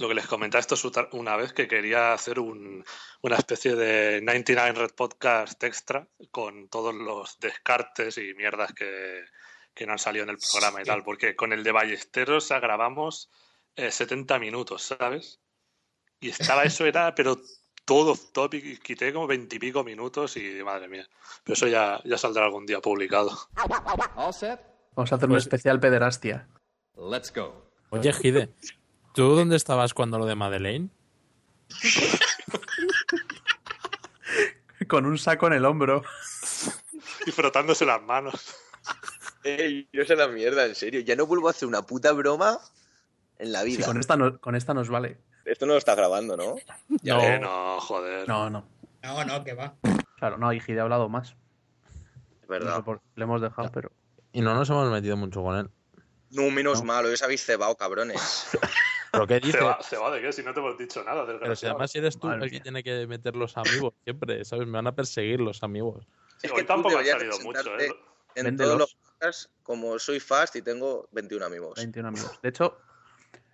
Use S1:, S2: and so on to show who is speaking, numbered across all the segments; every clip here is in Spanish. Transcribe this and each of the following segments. S1: lo que les comenté esto es una vez que quería hacer un, una especie de 99 Red Podcast extra con todos los descartes y mierdas que, que no han salido en el programa y tal, porque con el de Ballesteros grabamos eh, 70 minutos, ¿sabes? Y estaba eso, era, pero todo topic, y quité como 20 y pico minutos y madre mía. Pero eso ya, ya saldrá algún día publicado.
S2: All set?
S3: Vamos a hacer un
S4: Pues-
S3: especial pederastia.
S2: Let's go.
S4: Oye, Gide, ¿tú dónde estabas cuando lo de Madeleine?
S3: Con un saco en el hombro.
S1: Y frotándose las manos.
S5: Ey, yo sé la mierda, en serio. Ya no vuelvo a hacer una puta broma en la
S3: Sí,
S5: vida.
S3: con esta, no- con esta nos vale.
S5: Esto no lo estás grabando, ¿no?
S1: Ya
S4: No.
S1: eh, no, joder.
S3: No, no.
S6: No, no, que va.
S3: Claro, no, y Gide ha hablado más.
S5: Es
S3: No sé
S5: verdad.
S3: por qué le hemos dejado, pero.
S4: Y no nos hemos metido mucho con él.
S5: No, menos
S3: No.
S5: mal, os habéis cebado, cabrones.
S4: ¿Pero qué
S1: ¿Se
S4: dices?
S1: va, ¿Se va de qué? Si no te hemos dicho nada,
S4: Pero si
S1: desgraciado.
S4: además eres tú
S3: Madre
S4: el que
S3: mía.
S4: tiene que meter los amigos siempre, ¿sabes? Me van a perseguir los amigos.
S1: Sí,
S5: Es que
S1: hoy
S5: tú
S1: tampoco han
S5: deberías
S1: salido mucho, ¿eh?
S5: presentarte- En
S3: Véndelos.
S5: todos los podcasts, como soy fast y tengo 21 amigos.
S3: 21 amigos. De hecho,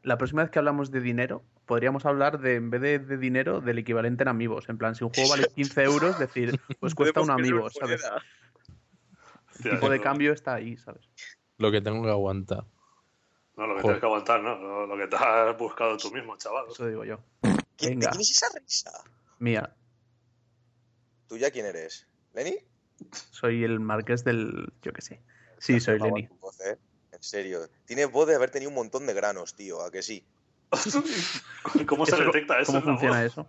S3: la próxima vez que hablamos de dinero, podríamos hablar de, en vez de, de dinero, del equivalente en amigos. En plan, si un juego vale 15 euros, decir, pues cuesta un
S5: Podemos pedir
S3: amigo, ¿sabes?
S5: moneda.
S3: El tipo de cambio está ahí, ¿sabes?
S4: Lo que tengo que aguantar.
S1: No, lo que
S4: Joder.
S1: tienes que aguantar, no. no, Lo que te has buscado tú mismo, chaval.
S3: Eso digo yo.
S5: ¿Quién,
S3: Venga.
S5: ¿Quién es esa risa?
S3: Mía,
S5: ¿Tú ya quién eres? ¿Lenny?
S3: soy el marqués del. Yo qué sé. Sí, soy
S5: Guau,
S3: Lenny.
S5: tu voz, ¿eh? En serio. Tienes voz de haber tenido un montón de granos, tío, a que sí.
S1: ¿Cómo se
S3: Eso-
S1: detecta eso?
S3: ¿Cómo
S1: en la
S3: funciona
S1: voz?
S3: eso?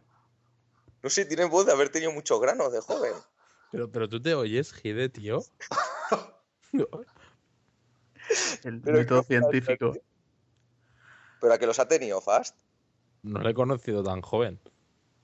S5: No sé, tienes voz de haber tenido muchos granos de joven.
S4: Pero, pero tú te oyes, Gide, tío.
S3: El
S5: Pero
S3: método
S5: qué falta,
S3: científico.
S5: tío. Pero a que los ha tenido fast.
S4: No le he conocido tan joven.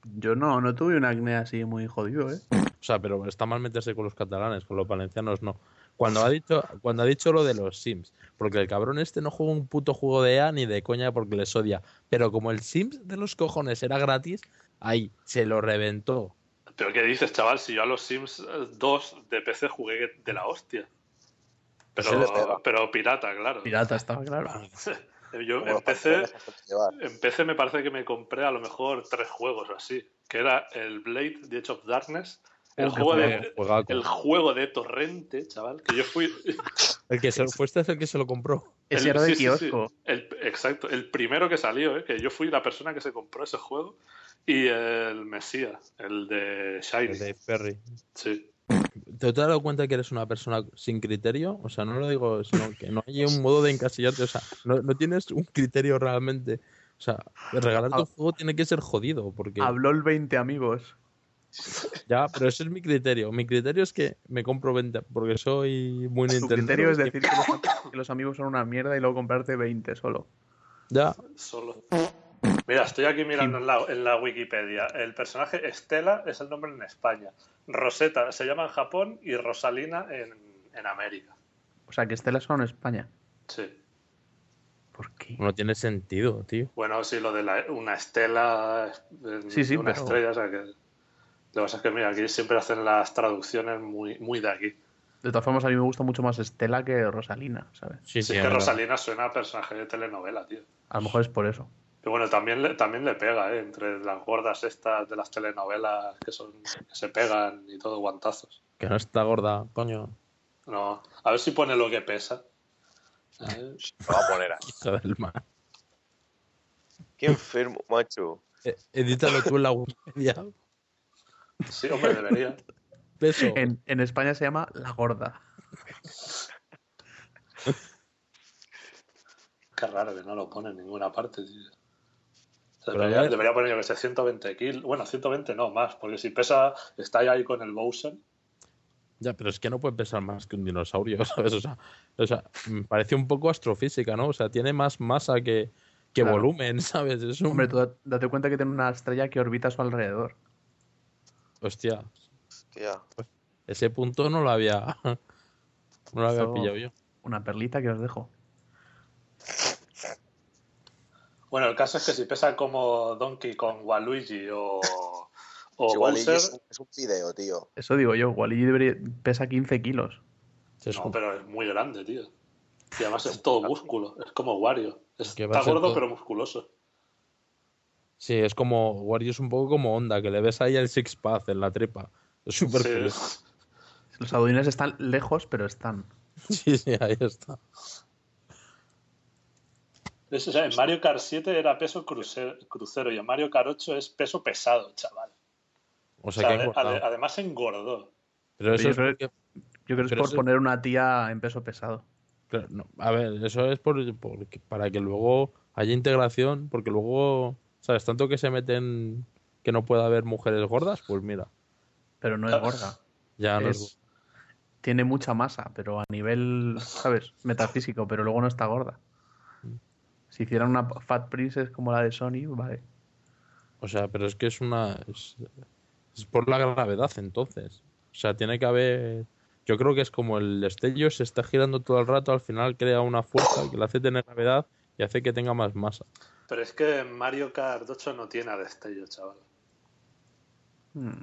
S3: Yo no, no tuve un acné así muy jodido, ¿eh?
S4: O sea, pero está mal meterse con los catalanes, con los valencianos no. Cuando ha dicho, cuando ha dicho lo de los Sims, porque el cabrón este no juega un puto juego de EA ni de coña porque les odia. Pero como el Sims de los cojones era gratis, ahí se lo reventó.
S1: Pero ¿qué dices, chaval? Si yo a los Sims eh, 2 de PC jugué de la hostia.
S3: Pues
S5: Se les pega.
S1: Pero, pero pirata, claro.
S3: Pirata estaba claro.
S1: Yo
S5: Como los
S1: en PC,
S5: pantalones que suelen llevar.
S1: en PC me parece que me compré a lo mejor tres juegos o así. Que era el Blade, The Edge of Darkness, el,
S4: Uh, qué
S1: juego
S4: juego,
S1: de,
S4: juegaco.
S1: el juego de Torrente, chaval. Que yo fui...
S4: El que se lo fuiste es el que se lo compró.
S3: Ese
S1: El-
S3: era
S1: sí,
S3: de
S1: sí, sí.
S3: kiosco.
S1: El- exacto, el primero que salió, ¿eh? que yo fui la persona que se compró ese juego. Y el Mesías, el de Shiny.
S4: El de Ferry.
S1: Sí.
S4: ¿Te te has dado cuenta que eres una persona sin criterio? O sea, no lo digo, sino que no hay un modo de encasillarte. O sea, no, no tienes un criterio realmente. O sea, regalarte un juego tiene que ser jodido, porque
S3: Habló el 20 amigos.
S4: ya, pero ese es mi criterio. Mi criterio es que me compro 20, porque soy muy
S3: Tu
S4: Nintendo.
S3: criterio es decir que los, que los amigos son una mierda y luego comprarte 20 solo.
S4: Ya,
S1: Solo. Mira, estoy aquí mirando en la, en la Wikipedia. El personaje Estela es el nombre en España. Rosetta se llama en Japón y Rosalina en, en América.
S3: O sea, que Estela solo en España.
S1: Sí.
S3: ¿Por qué?
S4: no tiene sentido, tío.
S1: Bueno, sí, lo de la- una Estela, en-
S3: Sí, sí,
S1: una
S3: pero-
S1: estrella, o sea que... Lo que pasa es que, mira, aquí siempre hacen las traducciones muy, muy de aquí.
S3: De todas formas, a mí me gusta mucho más Estela que Rosalina, ¿sabes?
S4: Sí,
S1: Si
S4: sí,
S1: es que
S4: ahora.
S1: Rosalina suena a personaje de telenovela, tío.
S3: A lo mejor es por eso.
S1: Pero bueno, también le, también le pega, ¿eh? Entre las gordas estas de las telenovelas que, son, que se pegan y todo, guantazos.
S4: Que no está gorda, coño.
S1: No, a ver si pone lo que pesa. Eh,
S5: No va a poner ahí.
S4: Hija del mar.
S5: Qué enfermo, macho.
S4: Eh, edítalo tú en la Wikipedia.
S1: Sí, hombre, debería.
S4: Peso.
S3: En, en España se llama La Gorda.
S1: Qué raro que no lo pone en ninguna parte, tío. O sea,
S4: Pero
S1: Debería,
S4: a ver.
S1: debería poner yo que sé, 120 kilos. Bueno, 120 no, más, porque si pesa, está ahí con el Bowser.
S4: Ya, pero es que no puede pesar más que un dinosaurio, ¿sabes? O sea, o sea, me parece un poco astrofísica, ¿no? O sea, tiene más masa que, que
S3: Claro.
S4: volumen, ¿sabes? Es un...
S3: Hombre, tú da- date cuenta que tiene una estrella que orbita a su alrededor.
S4: Hostia,
S5: Hostia.
S4: ese punto no lo había... No lo había
S3: Eso-
S4: pillado yo.
S3: Una perlita que os dejo.
S1: Bueno, el caso es que si pesa como Donkey Kong, Waluigi o, o
S5: Igual y
S1: Bowser.
S5: es, un- es un video, tío.
S3: Eso digo yo, Wally debería, pesa 15 kilos.
S4: Es
S1: No,
S4: un-
S1: pero es muy grande, tío. Y además es todo músculo, es como Wario. Es-
S4: Que va a
S1: está
S4: ser
S1: gordo
S4: todo-
S1: pero musculoso.
S4: Sí, es como. Wario es un poco como Onda, que le ves ahí el six pack en la tripa. Es súper
S1: Sí.
S4: curioso.
S3: Los aduines están lejos, pero están.
S4: Sí, sí, ahí está.
S1: Es- o sea, en Mario Kart 7 era peso cruce- crucero y en Mario Kart 8 es peso pesado, chaval.
S4: O
S1: O
S4: sea,
S1: sea,
S4: que
S1: ade-
S4: engordado.
S1: ade- además engordó.
S4: Pero eso
S3: Yo
S4: es
S3: creo-
S4: porque-
S3: Yo creo que es
S4: Pero
S3: por
S4: eso-
S3: poner una tía en peso pesado.
S4: claro, no, a ver, eso es por, por- para que luego haya integración, porque luego, ¿sabes? Tanto que se meten que no pueda haber mujeres gordas, pues mira,
S3: Pero no es gorda.
S4: ya no es-
S3: Es- Tiene mucha masa, pero a nivel, ¿sabes? Metafísico, pero luego no está gorda. Si hicieran una Fat Princess como la de Sony, vale.
S4: O sea, pero es que es una. Es, es por la gravedad, entonces. O sea, tiene que haber. Yo creo que es como el destello se está girando todo el rato, al final crea una fuerza que le hace tener gravedad y hace que tenga más masa.
S1: Pero es que en Mario Kart 8 no tiene a destello, chaval.
S3: Hmm.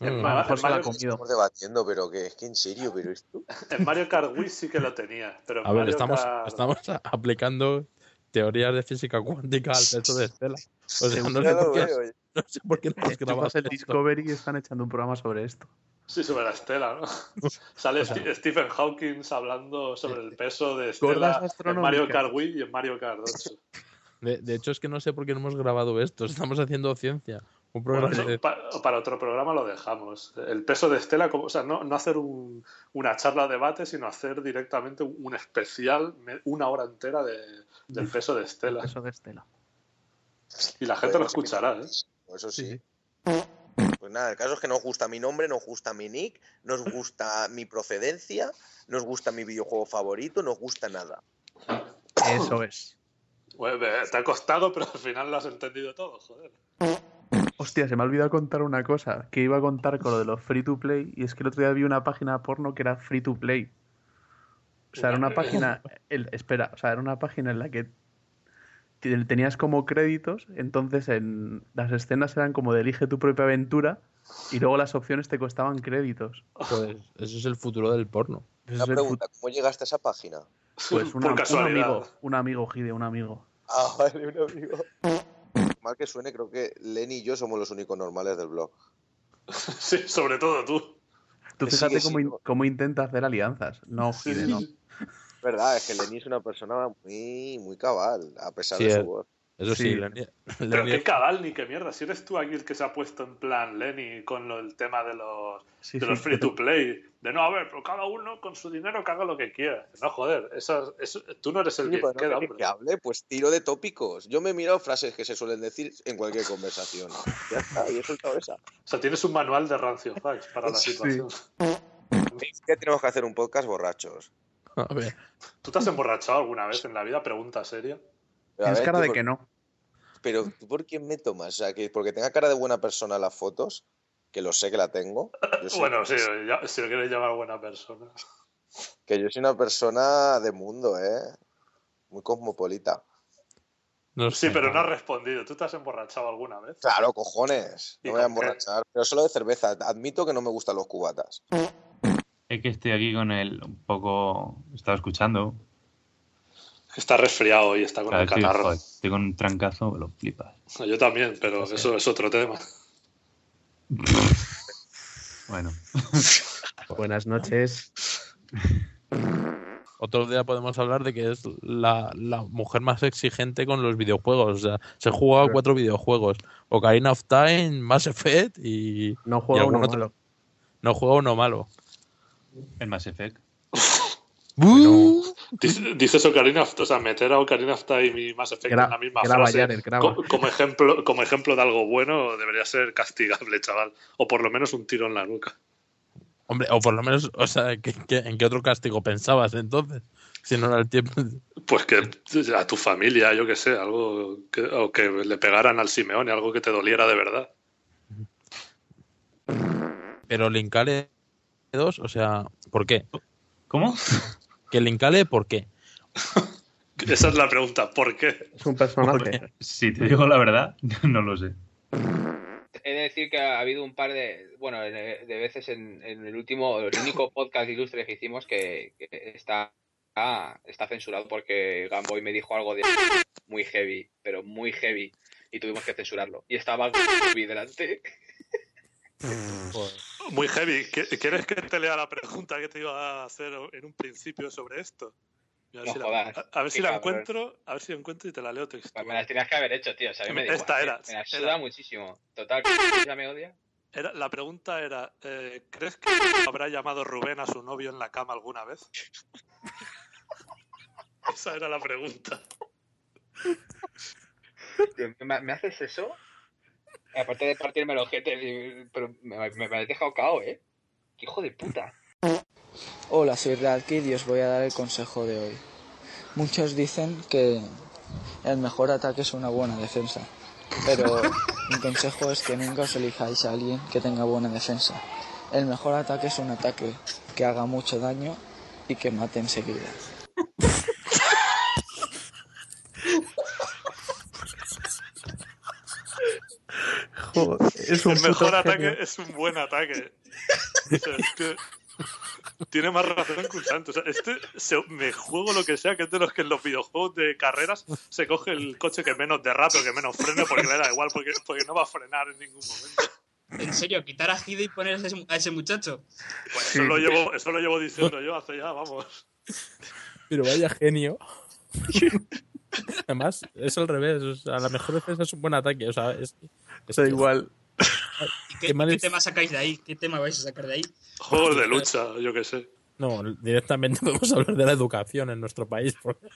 S1: En,
S4: Mm.
S1: Ma-
S3: A lo mejor
S1: en
S3: se la
S1: Mario,
S3: comió. Comido.
S5: Estamos debatiendo, pero que es que en serio, pero esto.
S1: en Mario Kart Wii sí que lo tenía. Pero en
S4: A ver,
S1: Mario
S4: estamos,
S1: Kart-
S4: estamos a- aplicando teorías de física cuántica al peso de Estela. O sea, no
S5: Ya
S4: sé,
S5: lo
S4: por qué,
S5: veo, eh. ya.
S4: no sé por qué no has grabado
S3: Chicos, el
S4: esto.
S3: Discovery están echando un programa sobre esto.
S1: Sí, sobre la estela, ¿no? Sale Sti- Stephen Hawking hablando sobre el peso de
S3: Gordas
S1: Estela en Mario
S3: astronómicas.
S1: Kart Wii y en Mario Kart 8.
S4: De, de hecho, es que no sé por qué no hemos grabado esto. Estamos haciendo ciencia. Un
S1: Bueno,
S4: programa
S1: eso
S4: de-
S1: pa- para otro programa lo dejamos. El peso de Estela, como, o sea, no, no hacer un- una charla debate, sino hacer directamente un especial, me- una hora entera de- del peso de Estela.
S3: Eso de Estela.
S1: Y la gente lo escuchará, ¿eh?
S5: Eso sí. Pues nada, el caso es que nos gusta mi nombre, nos gusta mi nick, nos gusta mi procedencia, nos gusta mi videojuego favorito, nos gusta nada.
S3: Eso es.
S1: Bueno, eh, te ha costado, pero al final lo has entendido todo, joder.
S3: Hostia, se me ha olvidado contar una cosa que iba a contar con lo de los free to play y es que el otro día vi una página porno que era free to play. O sea, era una página, el- espera, o sea, era una página en la que te- tenías como créditos, entonces en las escenas eran como de elige tu propia aventura y luego las opciones te costaban créditos.
S4: Joder, eso pues, es el futuro del porno.
S3: Ese
S5: Una
S3: es el
S5: pregunta, ¿cómo llegaste a esa página?
S3: fut- pues una-
S1: Por
S3: un
S1: casualidad.
S3: amigo, un amigo, Gide, un amigo.
S5: Ah, vale, un amigo. Mal que suene, creo que Lenny y yo somos los únicos normales del blog.
S1: Sí, sobre todo tú.
S3: Tú
S5: Que
S3: fíjate
S5: sigue
S3: cómo, in-
S5: siendo-
S3: cómo intenta hacer alianzas. No, Gide, no.
S5: Es verdad, es que Lenny es una persona muy, muy cabal, a pesar
S4: Sí,
S5: de
S4: es-
S5: su voz.
S4: Eso sí,
S3: Sí.
S4: Lenny-
S1: Pero
S4: Lenny-
S1: qué cabal ni qué mierda. Si eres tú aquí el que se ha puesto en plan Lenny con lo- el tema de los,
S3: Sí,
S1: de
S3: sí.
S1: los free to play. De no, a ver, pero cada uno con su dinero que haga lo que quiera. No, joder, eso, eso- tú no eres el
S5: Sí,
S1: bien
S5: bueno,
S1: queda,
S5: que-
S1: hombre.
S5: que hable, pues tiro de tópicos. Yo me he mirado frases que se suelen decir en cualquier conversación. Ya está, y he soltado esa.
S1: O sea, tienes un manual de rancio facts para la
S5: Sí.
S1: situación.
S5: Es que tenemos que hacer un podcast borrachos.
S4: a ver,
S1: ¿Tú te has emborrachado alguna vez en la vida? Pregunta seria.
S5: Pero a
S3: Tienes
S5: ver,
S3: cara
S5: tú
S3: de
S5: por-
S3: que no.
S5: Pero ¿tú por quién me tomas? O sea, que porque tenga cara de buena persona en las fotos, que lo sé que la tengo. Yo soy-
S1: Bueno, sí, ya- si lo quieres llamar buena persona.
S5: Que yo soy una persona de mundo, ¿eh? Muy cosmopolita.
S4: no
S1: Sí,
S4: sé.
S1: pero no has respondido. ¿Tú te has emborrachado alguna vez?
S5: Claro, cojones.
S1: ¿Y
S5: No me voy a
S1: con qué?
S5: emborrachar. Pero solo de cerveza. Admito que no me gustan los cubatas.
S6: Es que estoy aquí con el un poco. Estaba escuchando.
S1: Está resfriado y está con
S3: Ah,
S6: Claro,
S1: el
S6: estoy,
S1: catarro.
S6: joder, estoy con un trancazo, que lo flipas.
S1: Yo también, pero eso es otro tema.
S6: Bueno,
S3: Buenas noches.
S4: Otro día podemos hablar de que es la, la mujer más exigente con los videojuegos. O sea, se ha jugado a cuatro videojuegos. Ocarina of Time, Mass Effect y
S3: No
S4: Y
S3: juega
S4: algún
S3: uno
S4: otro.
S3: malo.
S4: no juega uno malo.
S6: el Mass Effect.
S1: Dice- Dices Ocarina of o sea, meter a Ocarina of Time y Mass Effect
S3: Gra-
S1: en la misma
S3: graba,
S1: frase
S3: Jared, graba.
S1: co- como, ejemplo, como ejemplo de algo bueno debería ser castigable, chaval. O por lo menos un tiro en la nuca.
S4: Hombre, o por lo menos, o sea, ¿qué- qué- ¿en qué otro castigo pensabas entonces? Si no era el tiempo.
S1: Pues que a tu familia, yo qué sé, algo que, o que le pegaran al Simeone, algo que te doliera de verdad.
S4: Pero Linkale 2, o sea, ¿por qué?
S6: ¿Cómo?
S4: ¿Que Linkale por qué?
S1: Esa es la pregunta, ¿por qué?
S3: Es un personaje.
S6: Si te digo la verdad, no lo sé.
S7: He de decir que ha habido un par de, bueno, de de veces en, en el último, el único podcast ilustre que hicimos que, que está, ah, está censurado porque Gamboy me dijo algo de muy heavy, pero muy heavy. y tuvimos que censurarlo. Y estaba Gaby delante.
S4: Joder.
S1: Muy heavy. ¿Qui- ¿Quieres que te lea la pregunta que te iba a hacer en un principio sobre esto? Y A ver
S7: No
S1: si,
S7: jodas,
S1: la, a- a ver
S7: qué
S1: si la
S7: cabrón.
S1: encuentro, a ver si la encuentro y te la leo textual.
S7: Pues me las tenías que haber hecho, tío. O sea, a mí me da
S1: Esta
S7: igual,
S1: era,
S7: Me la
S1: era.
S7: suda muchísimo. Total, que ya me odia.
S1: Era- la pregunta era, eh, ¿crees que habrá llamado Rubén a su novio en la cama alguna vez? Esa era la pregunta.
S7: Tío, ¿Me, me haces eso? Aparte de partirme los ojete, pero me, me, me has dejado cao, ¿eh? ¡Qué hijo de puta!
S8: Hola, soy Radkid y os voy a dar el consejo de hoy. Muchos dicen que el mejor ataque es una buena defensa, pero mi consejo es que nunca os elijáis a alguien que tenga buena defensa. El mejor ataque es un ataque que haga mucho daño y que mate enseguida.
S3: Jo, es un
S1: El
S3: puto
S1: mejor
S3: genio.
S1: ataque es un buen ataque. O sea, es que tiene más razón que un santo. O sea, este se- me juego lo que sea, que es de los que en los videojuegos de carreras se coge el coche que menos derrape o que menos frene porque le da igual, porque, porque no va a frenar en ningún momento.
S9: En serio, quitar a Gide y poner a ese, a ese muchacho.
S1: Pues eso, lo llevo, eso lo llevo diciendo yo hace ya, vamos.
S4: Pero vaya genio. Además, es al revés. O sea, la mejor defensa es un buen ataque. O sea, es, es
S3: Da
S4: que-
S3: igual.
S9: ¿Y ¿Qué,
S4: Qué mal
S9: qué
S4: es-
S9: tema sacáis de ahí? ¿Qué tema vais a sacar de ahí?
S1: Juegos de lucha, yo qué sé.
S4: No, directamente podemos hablar de la educación en nuestro país. porque-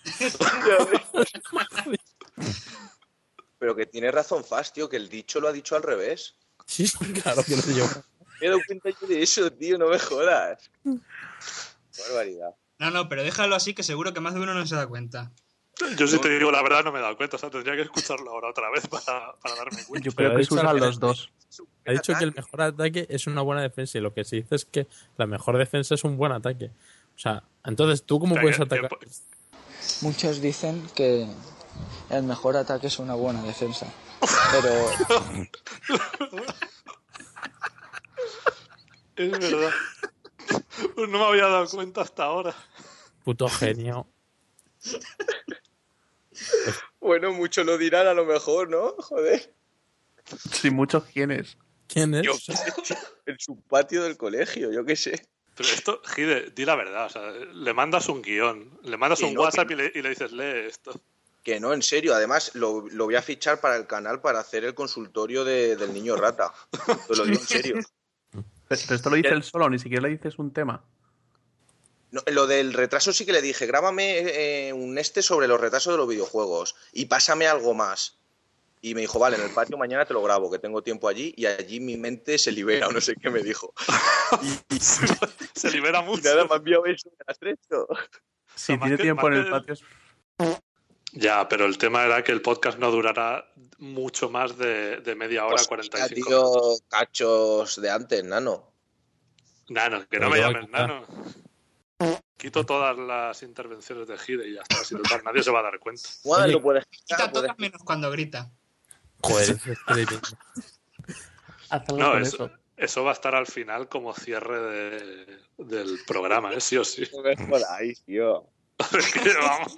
S5: Pero que tiene razón Fast, tío, que el dicho lo ha dicho al revés.
S4: Sí, claro que lo sé yo.
S5: Me he dado cuenta yo de eso, tío, no me jodas. Barbaridad.
S9: No, no, pero déjalo así que seguro que más de uno no se da cuenta.
S1: Yo si te digo la verdad no me he dado cuenta, o sea, tendría que escucharlo ahora otra vez para, para darme cuenta.
S3: Yo creo
S4: Pero ha
S3: que se
S4: dicho
S3: usan
S4: al
S3: los
S4: revés.
S3: dos.
S4: Ha dicho que el mejor ataque es una buena defensa y lo que se dice es que la mejor defensa es un buen ataque. O sea, entonces tú
S1: O
S4: cómo
S1: sea,
S4: puedes
S1: que-
S4: atacar.
S1: que-
S8: Muchos dicen que el mejor ataque es una buena defensa, pero
S1: Es verdad. Pues no me había dado cuenta hasta ahora.
S4: Puto genio.
S5: Bueno, muchos lo dirán a lo mejor, ¿no? Joder.
S3: Sin muchos quiénes.
S4: ¿Quién es?
S5: Yo-
S4: O sea,
S5: En su patio del colegio, yo qué sé.
S1: Pero esto, Gide, di la verdad. O sea, le mandas un guión, le mandas
S5: Que
S1: un
S5: no,
S1: WhatsApp
S5: que
S1: y le, y le dices, lee esto.
S5: Que no, en serio. Además, lo, lo voy a fichar para el canal para hacer el consultorio de- del niño rata. Te lo digo en serio.
S3: Pero, pero esto lo dice él solo, ni siquiera le dices un tema.
S5: No, lo del retraso sí que le dije, grábame eh, un este sobre los retrasos de los videojuegos y pásame algo más. Y me dijo, vale, en el patio mañana te lo grabo, que tengo tiempo allí y allí mi mente se libera o no sé qué me dijo. Y, y-
S1: Se libera
S5: y
S1: mucho.
S5: nada, me ha enviado eso de las tres, tío.
S3: Si
S1: más
S3: tiene
S1: que-
S3: tiempo
S1: más
S3: en el
S1: que-
S3: patio, es-
S1: Ya, pero el tema era que el podcast no durará mucho más de, de media hora,
S5: Pues,
S1: 45
S5: tío,
S1: minutos.
S5: cachos de antes, nano.
S1: Nano, que
S4: Pero
S1: no me
S4: yo voy a
S1: llamen nano. Quito todas las intervenciones de Gide y ya está. Si total, nadie se va a dar cuenta.
S5: Bueno,
S4: Oye,
S5: lo puedes
S9: Quita
S5: quitar, puedes-
S9: todas menos cuando grita.
S4: Joder, es streaming.
S3: haz algo
S1: No,
S3: con
S1: eso,
S3: eso.
S1: eso va a estar al final como cierre de- del programa, ¿eh? sí o sí.
S5: no me jodáis, tío.
S1: Es que vamos.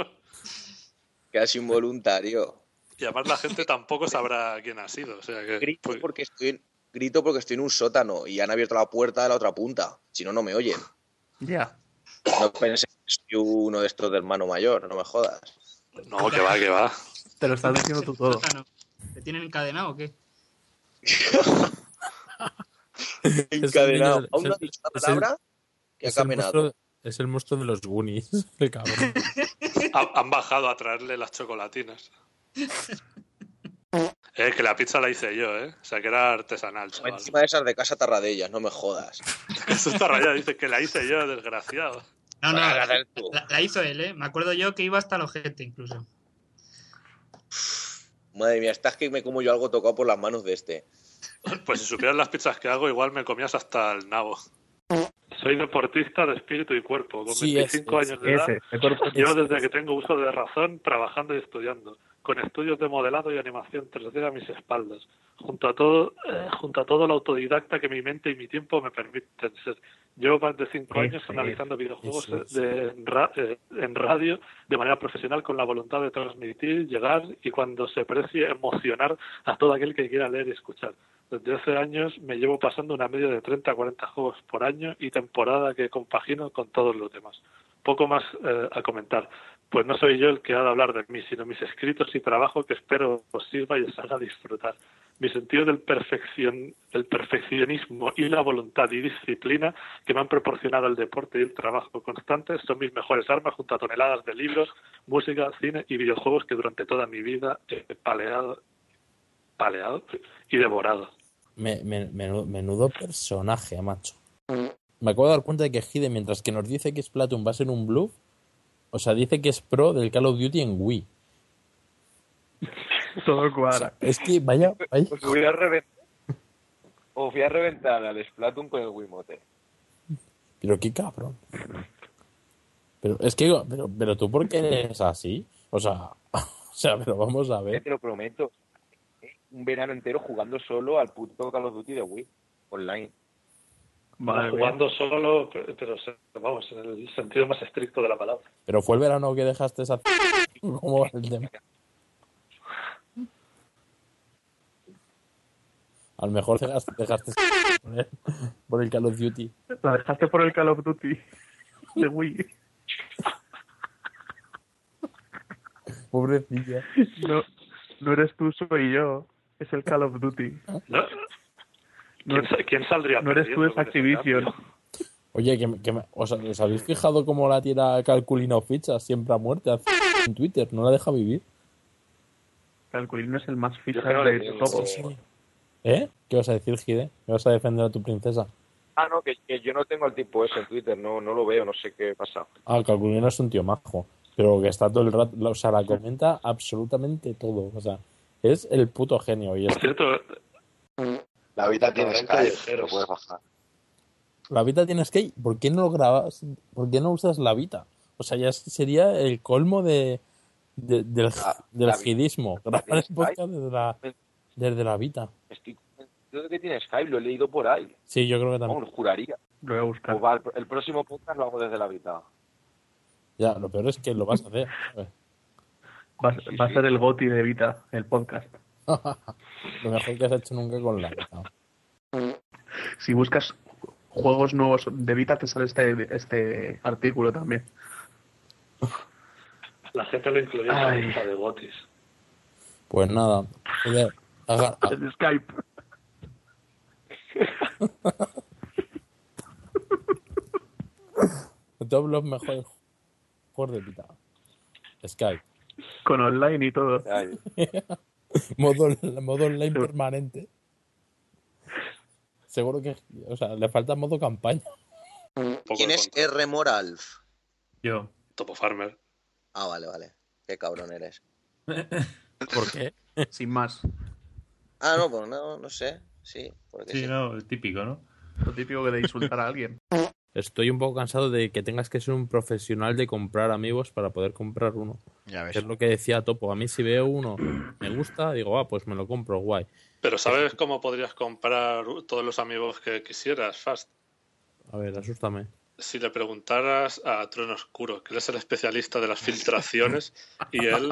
S5: Casi involuntario.
S1: Y además la gente tampoco sabrá quién ha sido. O sea que,
S5: Grito
S1: pues,
S5: porque estoy en- grito porque estoy en un sótano y han abierto la puerta de la otra punta. Si no, no me oyen.
S3: Ya.
S5: No pensé que soy uno de estos de hermano mayor, no me jodas.
S1: no, que va, que va.
S3: Te lo estás diciendo tú todo.
S9: Plátano. Ah, ¿Te tienen encadenado o qué?
S5: Encadenado.
S4: Es el niño-
S5: Aún no ha
S4: es el-
S5: dicho la
S4: es el-
S5: palabra que ha
S4: Es el,
S5: caminado.
S4: monstruo, es el monstruo de los Goonies. Qué cabrón.
S1: Ha- han bajado a traerle las chocolatinas. Eh, que la pizza la hice yo, ¿eh? O sea, que era artesanal, chaval.
S5: Encima de esas de casa Tarradellas, no me jodas.
S1: Eso está rayado. Dice que la hice yo, desgraciado.
S9: No, no,
S5: Bueno,
S9: la,
S5: dale tú.
S9: la- la hizo él, ¿eh? Me acuerdo yo que iba hasta el ojete incluso.
S5: Madre mía, estás que me como yo algo tocado por las manos de este.
S1: Pues si supieras las pizzas que hago, igual me comías hasta el nabo. Soy deportista de espíritu y cuerpo, con
S8: Sí, ese,
S1: 25
S8: ese.
S1: años de edad.
S3: Ese, de cuerpo.
S1: Llevo desde que tengo uso de razón trabajando y estudiando, con estudios de modelado y animación 3D a mis espaldas, junto a todo, eh, junto a todo lo autodidacta que mi mente y mi tiempo me permiten ser. Llevo más de cinco
S3: Ese
S1: años analizando videojuegos
S4: ese es.
S1: de- en, ra- eh, en radio de manera profesional con la voluntad de transmitir, llegar y cuando se precie emocionar a todo aquel que quiera leer y escuchar. Desde hace años me llevo pasando una media de 30 a 40 juegos por año y temporada que compagino con todos los demás. Poco más eh, a comentar, pues no soy yo el que ha de hablar de mí, sino mis escritos y trabajo que espero os sirva y os haga disfrutar. Mi sentido del, perfeccion, del perfeccionismo y la voluntad y disciplina que me han proporcionado el deporte y el trabajo constante son mis mejores armas junto a toneladas de libros, música, cine y videojuegos que durante toda mi vida he paleado, paleado y devorado.
S4: Me- me- menu- menudo personaje, macho. Me acabo de dar cuenta de que Hide, mientras que nos dice que Splatoon va a ser un bluff, o sea, dice que es pro del Call of Duty en Wii.
S3: Todo
S4: O
S3: cuadra.
S4: sea, es que vaya, vaya.
S5: Os voy a reventar.
S10: Os voy a reventar al Splatoon con el Wiimote.
S4: Pero qué cabrón. Pero es que, pero, pero tú, ¿por qué eres así? O sea, o sea, pero vamos a
S10: Eh,
S4: ver.
S10: Te lo prometo. Eh, Un verano entero jugando solo al puto Call of Duty de Wii. Online.
S3: Madre mía.
S1: jugando solo, pero pero se- vamos, en el sentido más estricto de la palabra.
S4: Pero fue el verano que dejaste esa. ¿Cómo va el tema? A lo mejor dejaste, dejaste por el- por el Call of Duty.
S3: La dejaste por el Call of Duty de Wii.
S4: Pobrecilla.
S3: No, no eres tú, soy yo. Es el Call of Duty.
S1: ¿No? ¿Quién, sa- quién saldría
S3: No eres tú,
S1: perdiendo
S3: es
S1: con ese
S3: Activision.
S1: cambio?
S4: Oye, que, me- que me- ¿os, os habéis fijado cómo la tira Calculino Ficha siempre a muerte hace- en Twitter? No la deja vivir.
S3: Calculino es el más
S5: Yo
S3: ficha
S5: creo que
S3: de
S5: sí,
S3: todo.
S5: sí.
S4: ¿Eh? ¿Qué vas a decir, Gide? ¿Me vas a defender a tu princesa?
S10: Ah, no, que, que yo no tengo al tipo ese en Twitter. No, no lo veo, no sé qué pasa.
S4: Ah, Calculino es un tío majo, pero que está todo el rato, o sea, la comenta absolutamente todo, o sea, es el puto genio y es
S1: Por cierto,
S11: La vida tiene
S1: Habrán
S11: Skype,
S1: callejeros.
S11: lo puedes bajar.
S4: la Vita tienes que ¿por qué no lo grabas? ¿Por qué no usas la Vita? O sea, ya es- sería el colmo de, de- del,
S10: La-
S4: del
S10: la Vita.
S4: gidismo, grabar el
S10: tienes
S4: podcast desde la, desde la Vita.
S10: Estoy convencido de que tiene Skype, lo he leído por ahí.
S4: Sí, yo creo que también.
S10: Vamos, lo juraría.
S3: Lo voy a buscar.
S10: Pues va, el, el próximo podcast lo hago desde la vida.
S4: Ya, lo peor es que lo vas a hacer. ¿sabes?
S3: Va, a- va a ser el Goti de Vita, el podcast.
S4: Lo mejor que has hecho nunca con la Vita.
S3: Si buscas juegos nuevos de Vita, te sale este, este artículo también.
S1: la gente lo incluía en la
S3: Ay.
S1: lista de botis.
S4: Pues nada, oye, aga- a-
S3: El Skype.
S4: todos los mejores juegos de Vita. Skype.
S3: Con online y todo.
S10: Ay,
S4: modo, modo online
S3: Seguro.
S4: permanente. Seguro que, o sea, le falta modo campaña.
S1: Un poco
S5: ¿Quién
S1: de
S5: es
S1: control.
S5: R. Moralf?
S6: Yo.
S1: Topo Farmer.
S5: Ah, vale, vale. Qué cabrón eres.
S4: ¿Por qué?
S3: Sin más.
S5: Ah, no, pues no, no sé. Sí, porque
S6: Sí,
S5: sí.
S6: no, el típico, ¿no?
S3: Lo típico que de insultar a alguien.
S4: Estoy un poco cansado de que tengas que ser un profesional de comprar amigos para poder comprar uno.
S11: Ya
S3: Pues
S11: ves.
S4: Es lo que decía Topo. A mí si veo uno, me gusta, digo, ah, pues me lo compro, guay.
S1: Pero ¿sabes cómo podrías comprar todos los amigos que quisieras, Fast?
S4: A ver, asústame.
S1: Si le preguntaras a Trueno Oscuro, que él es el especialista de las filtraciones, y él,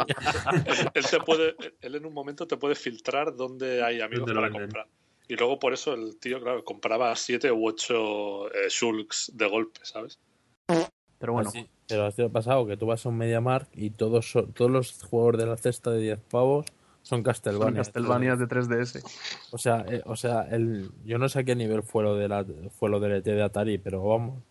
S1: él, él te puede, él en un momento te puede filtrar dónde hay amigos
S6: Dónde lo
S1: para
S6: venden.
S1: comprar. Y luego por eso el tío, claro, compraba siete u ocho eh, shulks de golpe, ¿sabes?
S3: Pero bueno,
S4: Así- pero así ha pasado que tú vas a un MediaMarkt y todos, son- todos los jugadores de la cesta de 10 pavos son
S3: son
S4: Castlevania.
S3: Castlevania de 3DS.
S4: O sea, eh, o sea, el, yo no sé a qué nivel fue lo de la, fue lo del ET de Atari, pero vamos.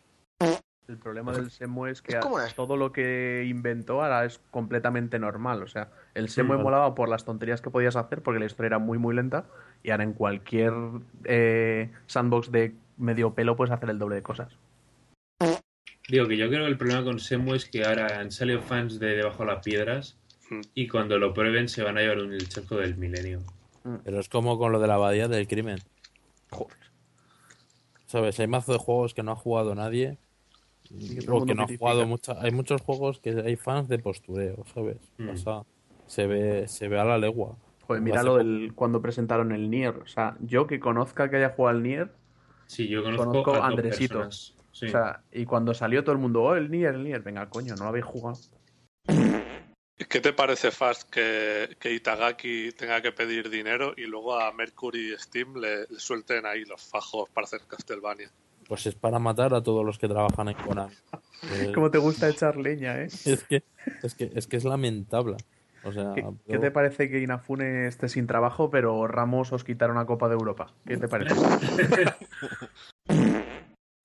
S3: El problema del Semo es que
S5: Es como
S3: a-
S5: una-
S3: todo lo que inventó ahora es completamente normal. O sea, el Semo
S4: vale.
S3: molaba por las tonterías que podías hacer porque la historia era muy, muy lenta. Y ahora en cualquier eh, sandbox de medio pelo puedes hacer el doble de cosas.
S12: Digo que yo creo que el problema con Semu es que ahora han salido fans de Debajo de las Piedras
S1: Mm.
S12: y cuando lo prueben se van a llevar un el chasco del milenio.
S4: Pero es como con lo de la abadía del crimen.
S3: Joder.
S4: ¿Sabes? Hay mazo de juegos que no ha jugado nadie.
S3: que todo el
S4: o que
S3: mundo
S4: no ha
S3: critifica.
S4: jugado mucha- Hay muchos juegos que hay fans de postureo, ¿sabes?
S3: Mm.
S4: O sea, se ve, se ve a la legua.
S3: Joder, mira
S4: Hace
S3: lo del cuando presentaron el Nier. O sea, yo que conozca que haya jugado al Nier,
S12: Sí, yo conozco, a dos
S3: Andresito.
S12: personas. Sí.
S3: O sea, y cuando salió todo el mundo, oh, el Nier, el Nier, venga, coño, no lo habéis jugado.
S1: ¿Qué te parece, Fast, que, que Itagaki tenga que pedir dinero y luego a Mercury y Steam le, le suelten ahí los fajos para hacer Castlevania?
S4: Pues es para matar a todos los que trabajan en Konami. Eh,
S3: Como te gusta echar leña, ¿eh?
S4: es, que, es, que, es que es lamentable. O sea,
S3: ¿Qué,
S4: pero-
S3: qué te parece que Inafune esté sin trabajo, pero Ramos os quitara una Copa de Europa? ¿Qué te parece?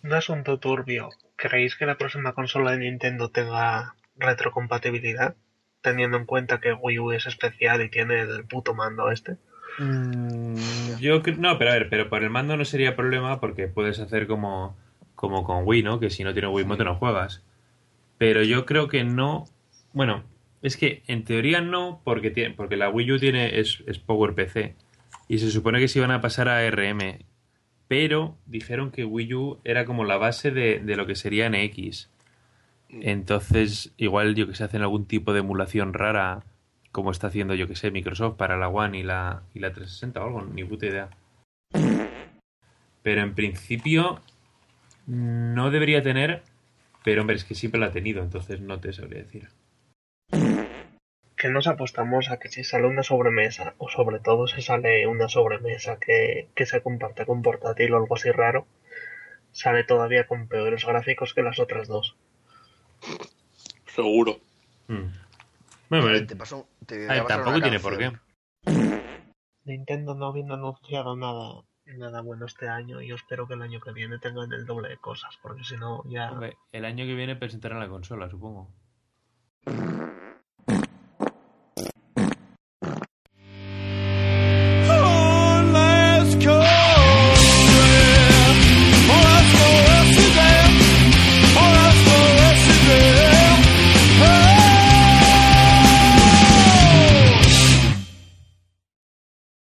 S13: Un asunto turbio. ¿Creéis que la próxima consola de Nintendo tenga retrocompatibilidad? Teniendo en cuenta que Wii U es especial y tiene el puto mando este.
S12: Yo cre- no, pero a ver, pero por el mando no sería problema porque puedes hacer como, como con Wii, ¿no? Que si no tienes Wii Moto no juegas. Pero yo creo que no. Bueno, es que en teoría no, porque tiene, porque la Wii U tiene es, es Power PC y se supone que se iban a pasar a RM, pero dijeron que Wii U era como la base de, de lo que sería NX. Entonces, igual yo que sé, hacen algún tipo de emulación rara, como está haciendo yo que sé Microsoft para la One y la, y la 360 o algo, ni puta idea. Pero en principio no debería tener, pero hombre, es que siempre la ha tenido, entonces no te sabría decir.
S13: Que nos apostamos a que si sale una sobremesa, o sobre todo si sale una sobremesa que, que se comparte con portátil o algo así raro, sale todavía con peores gráficos que las otras dos.
S1: Seguro.
S12: Bueno, pero-
S13: Te paso- te
S12: Ay,
S13: voy a pasar
S12: tampoco
S13: una
S12: tiene por qué.
S13: canción. Nintendo no habiendo anunciado nada, nada bueno este año, yo espero que el año que viene tengan el doble de cosas, porque si no ya...
S12: Hombre, El año que viene presentarán la consola, supongo.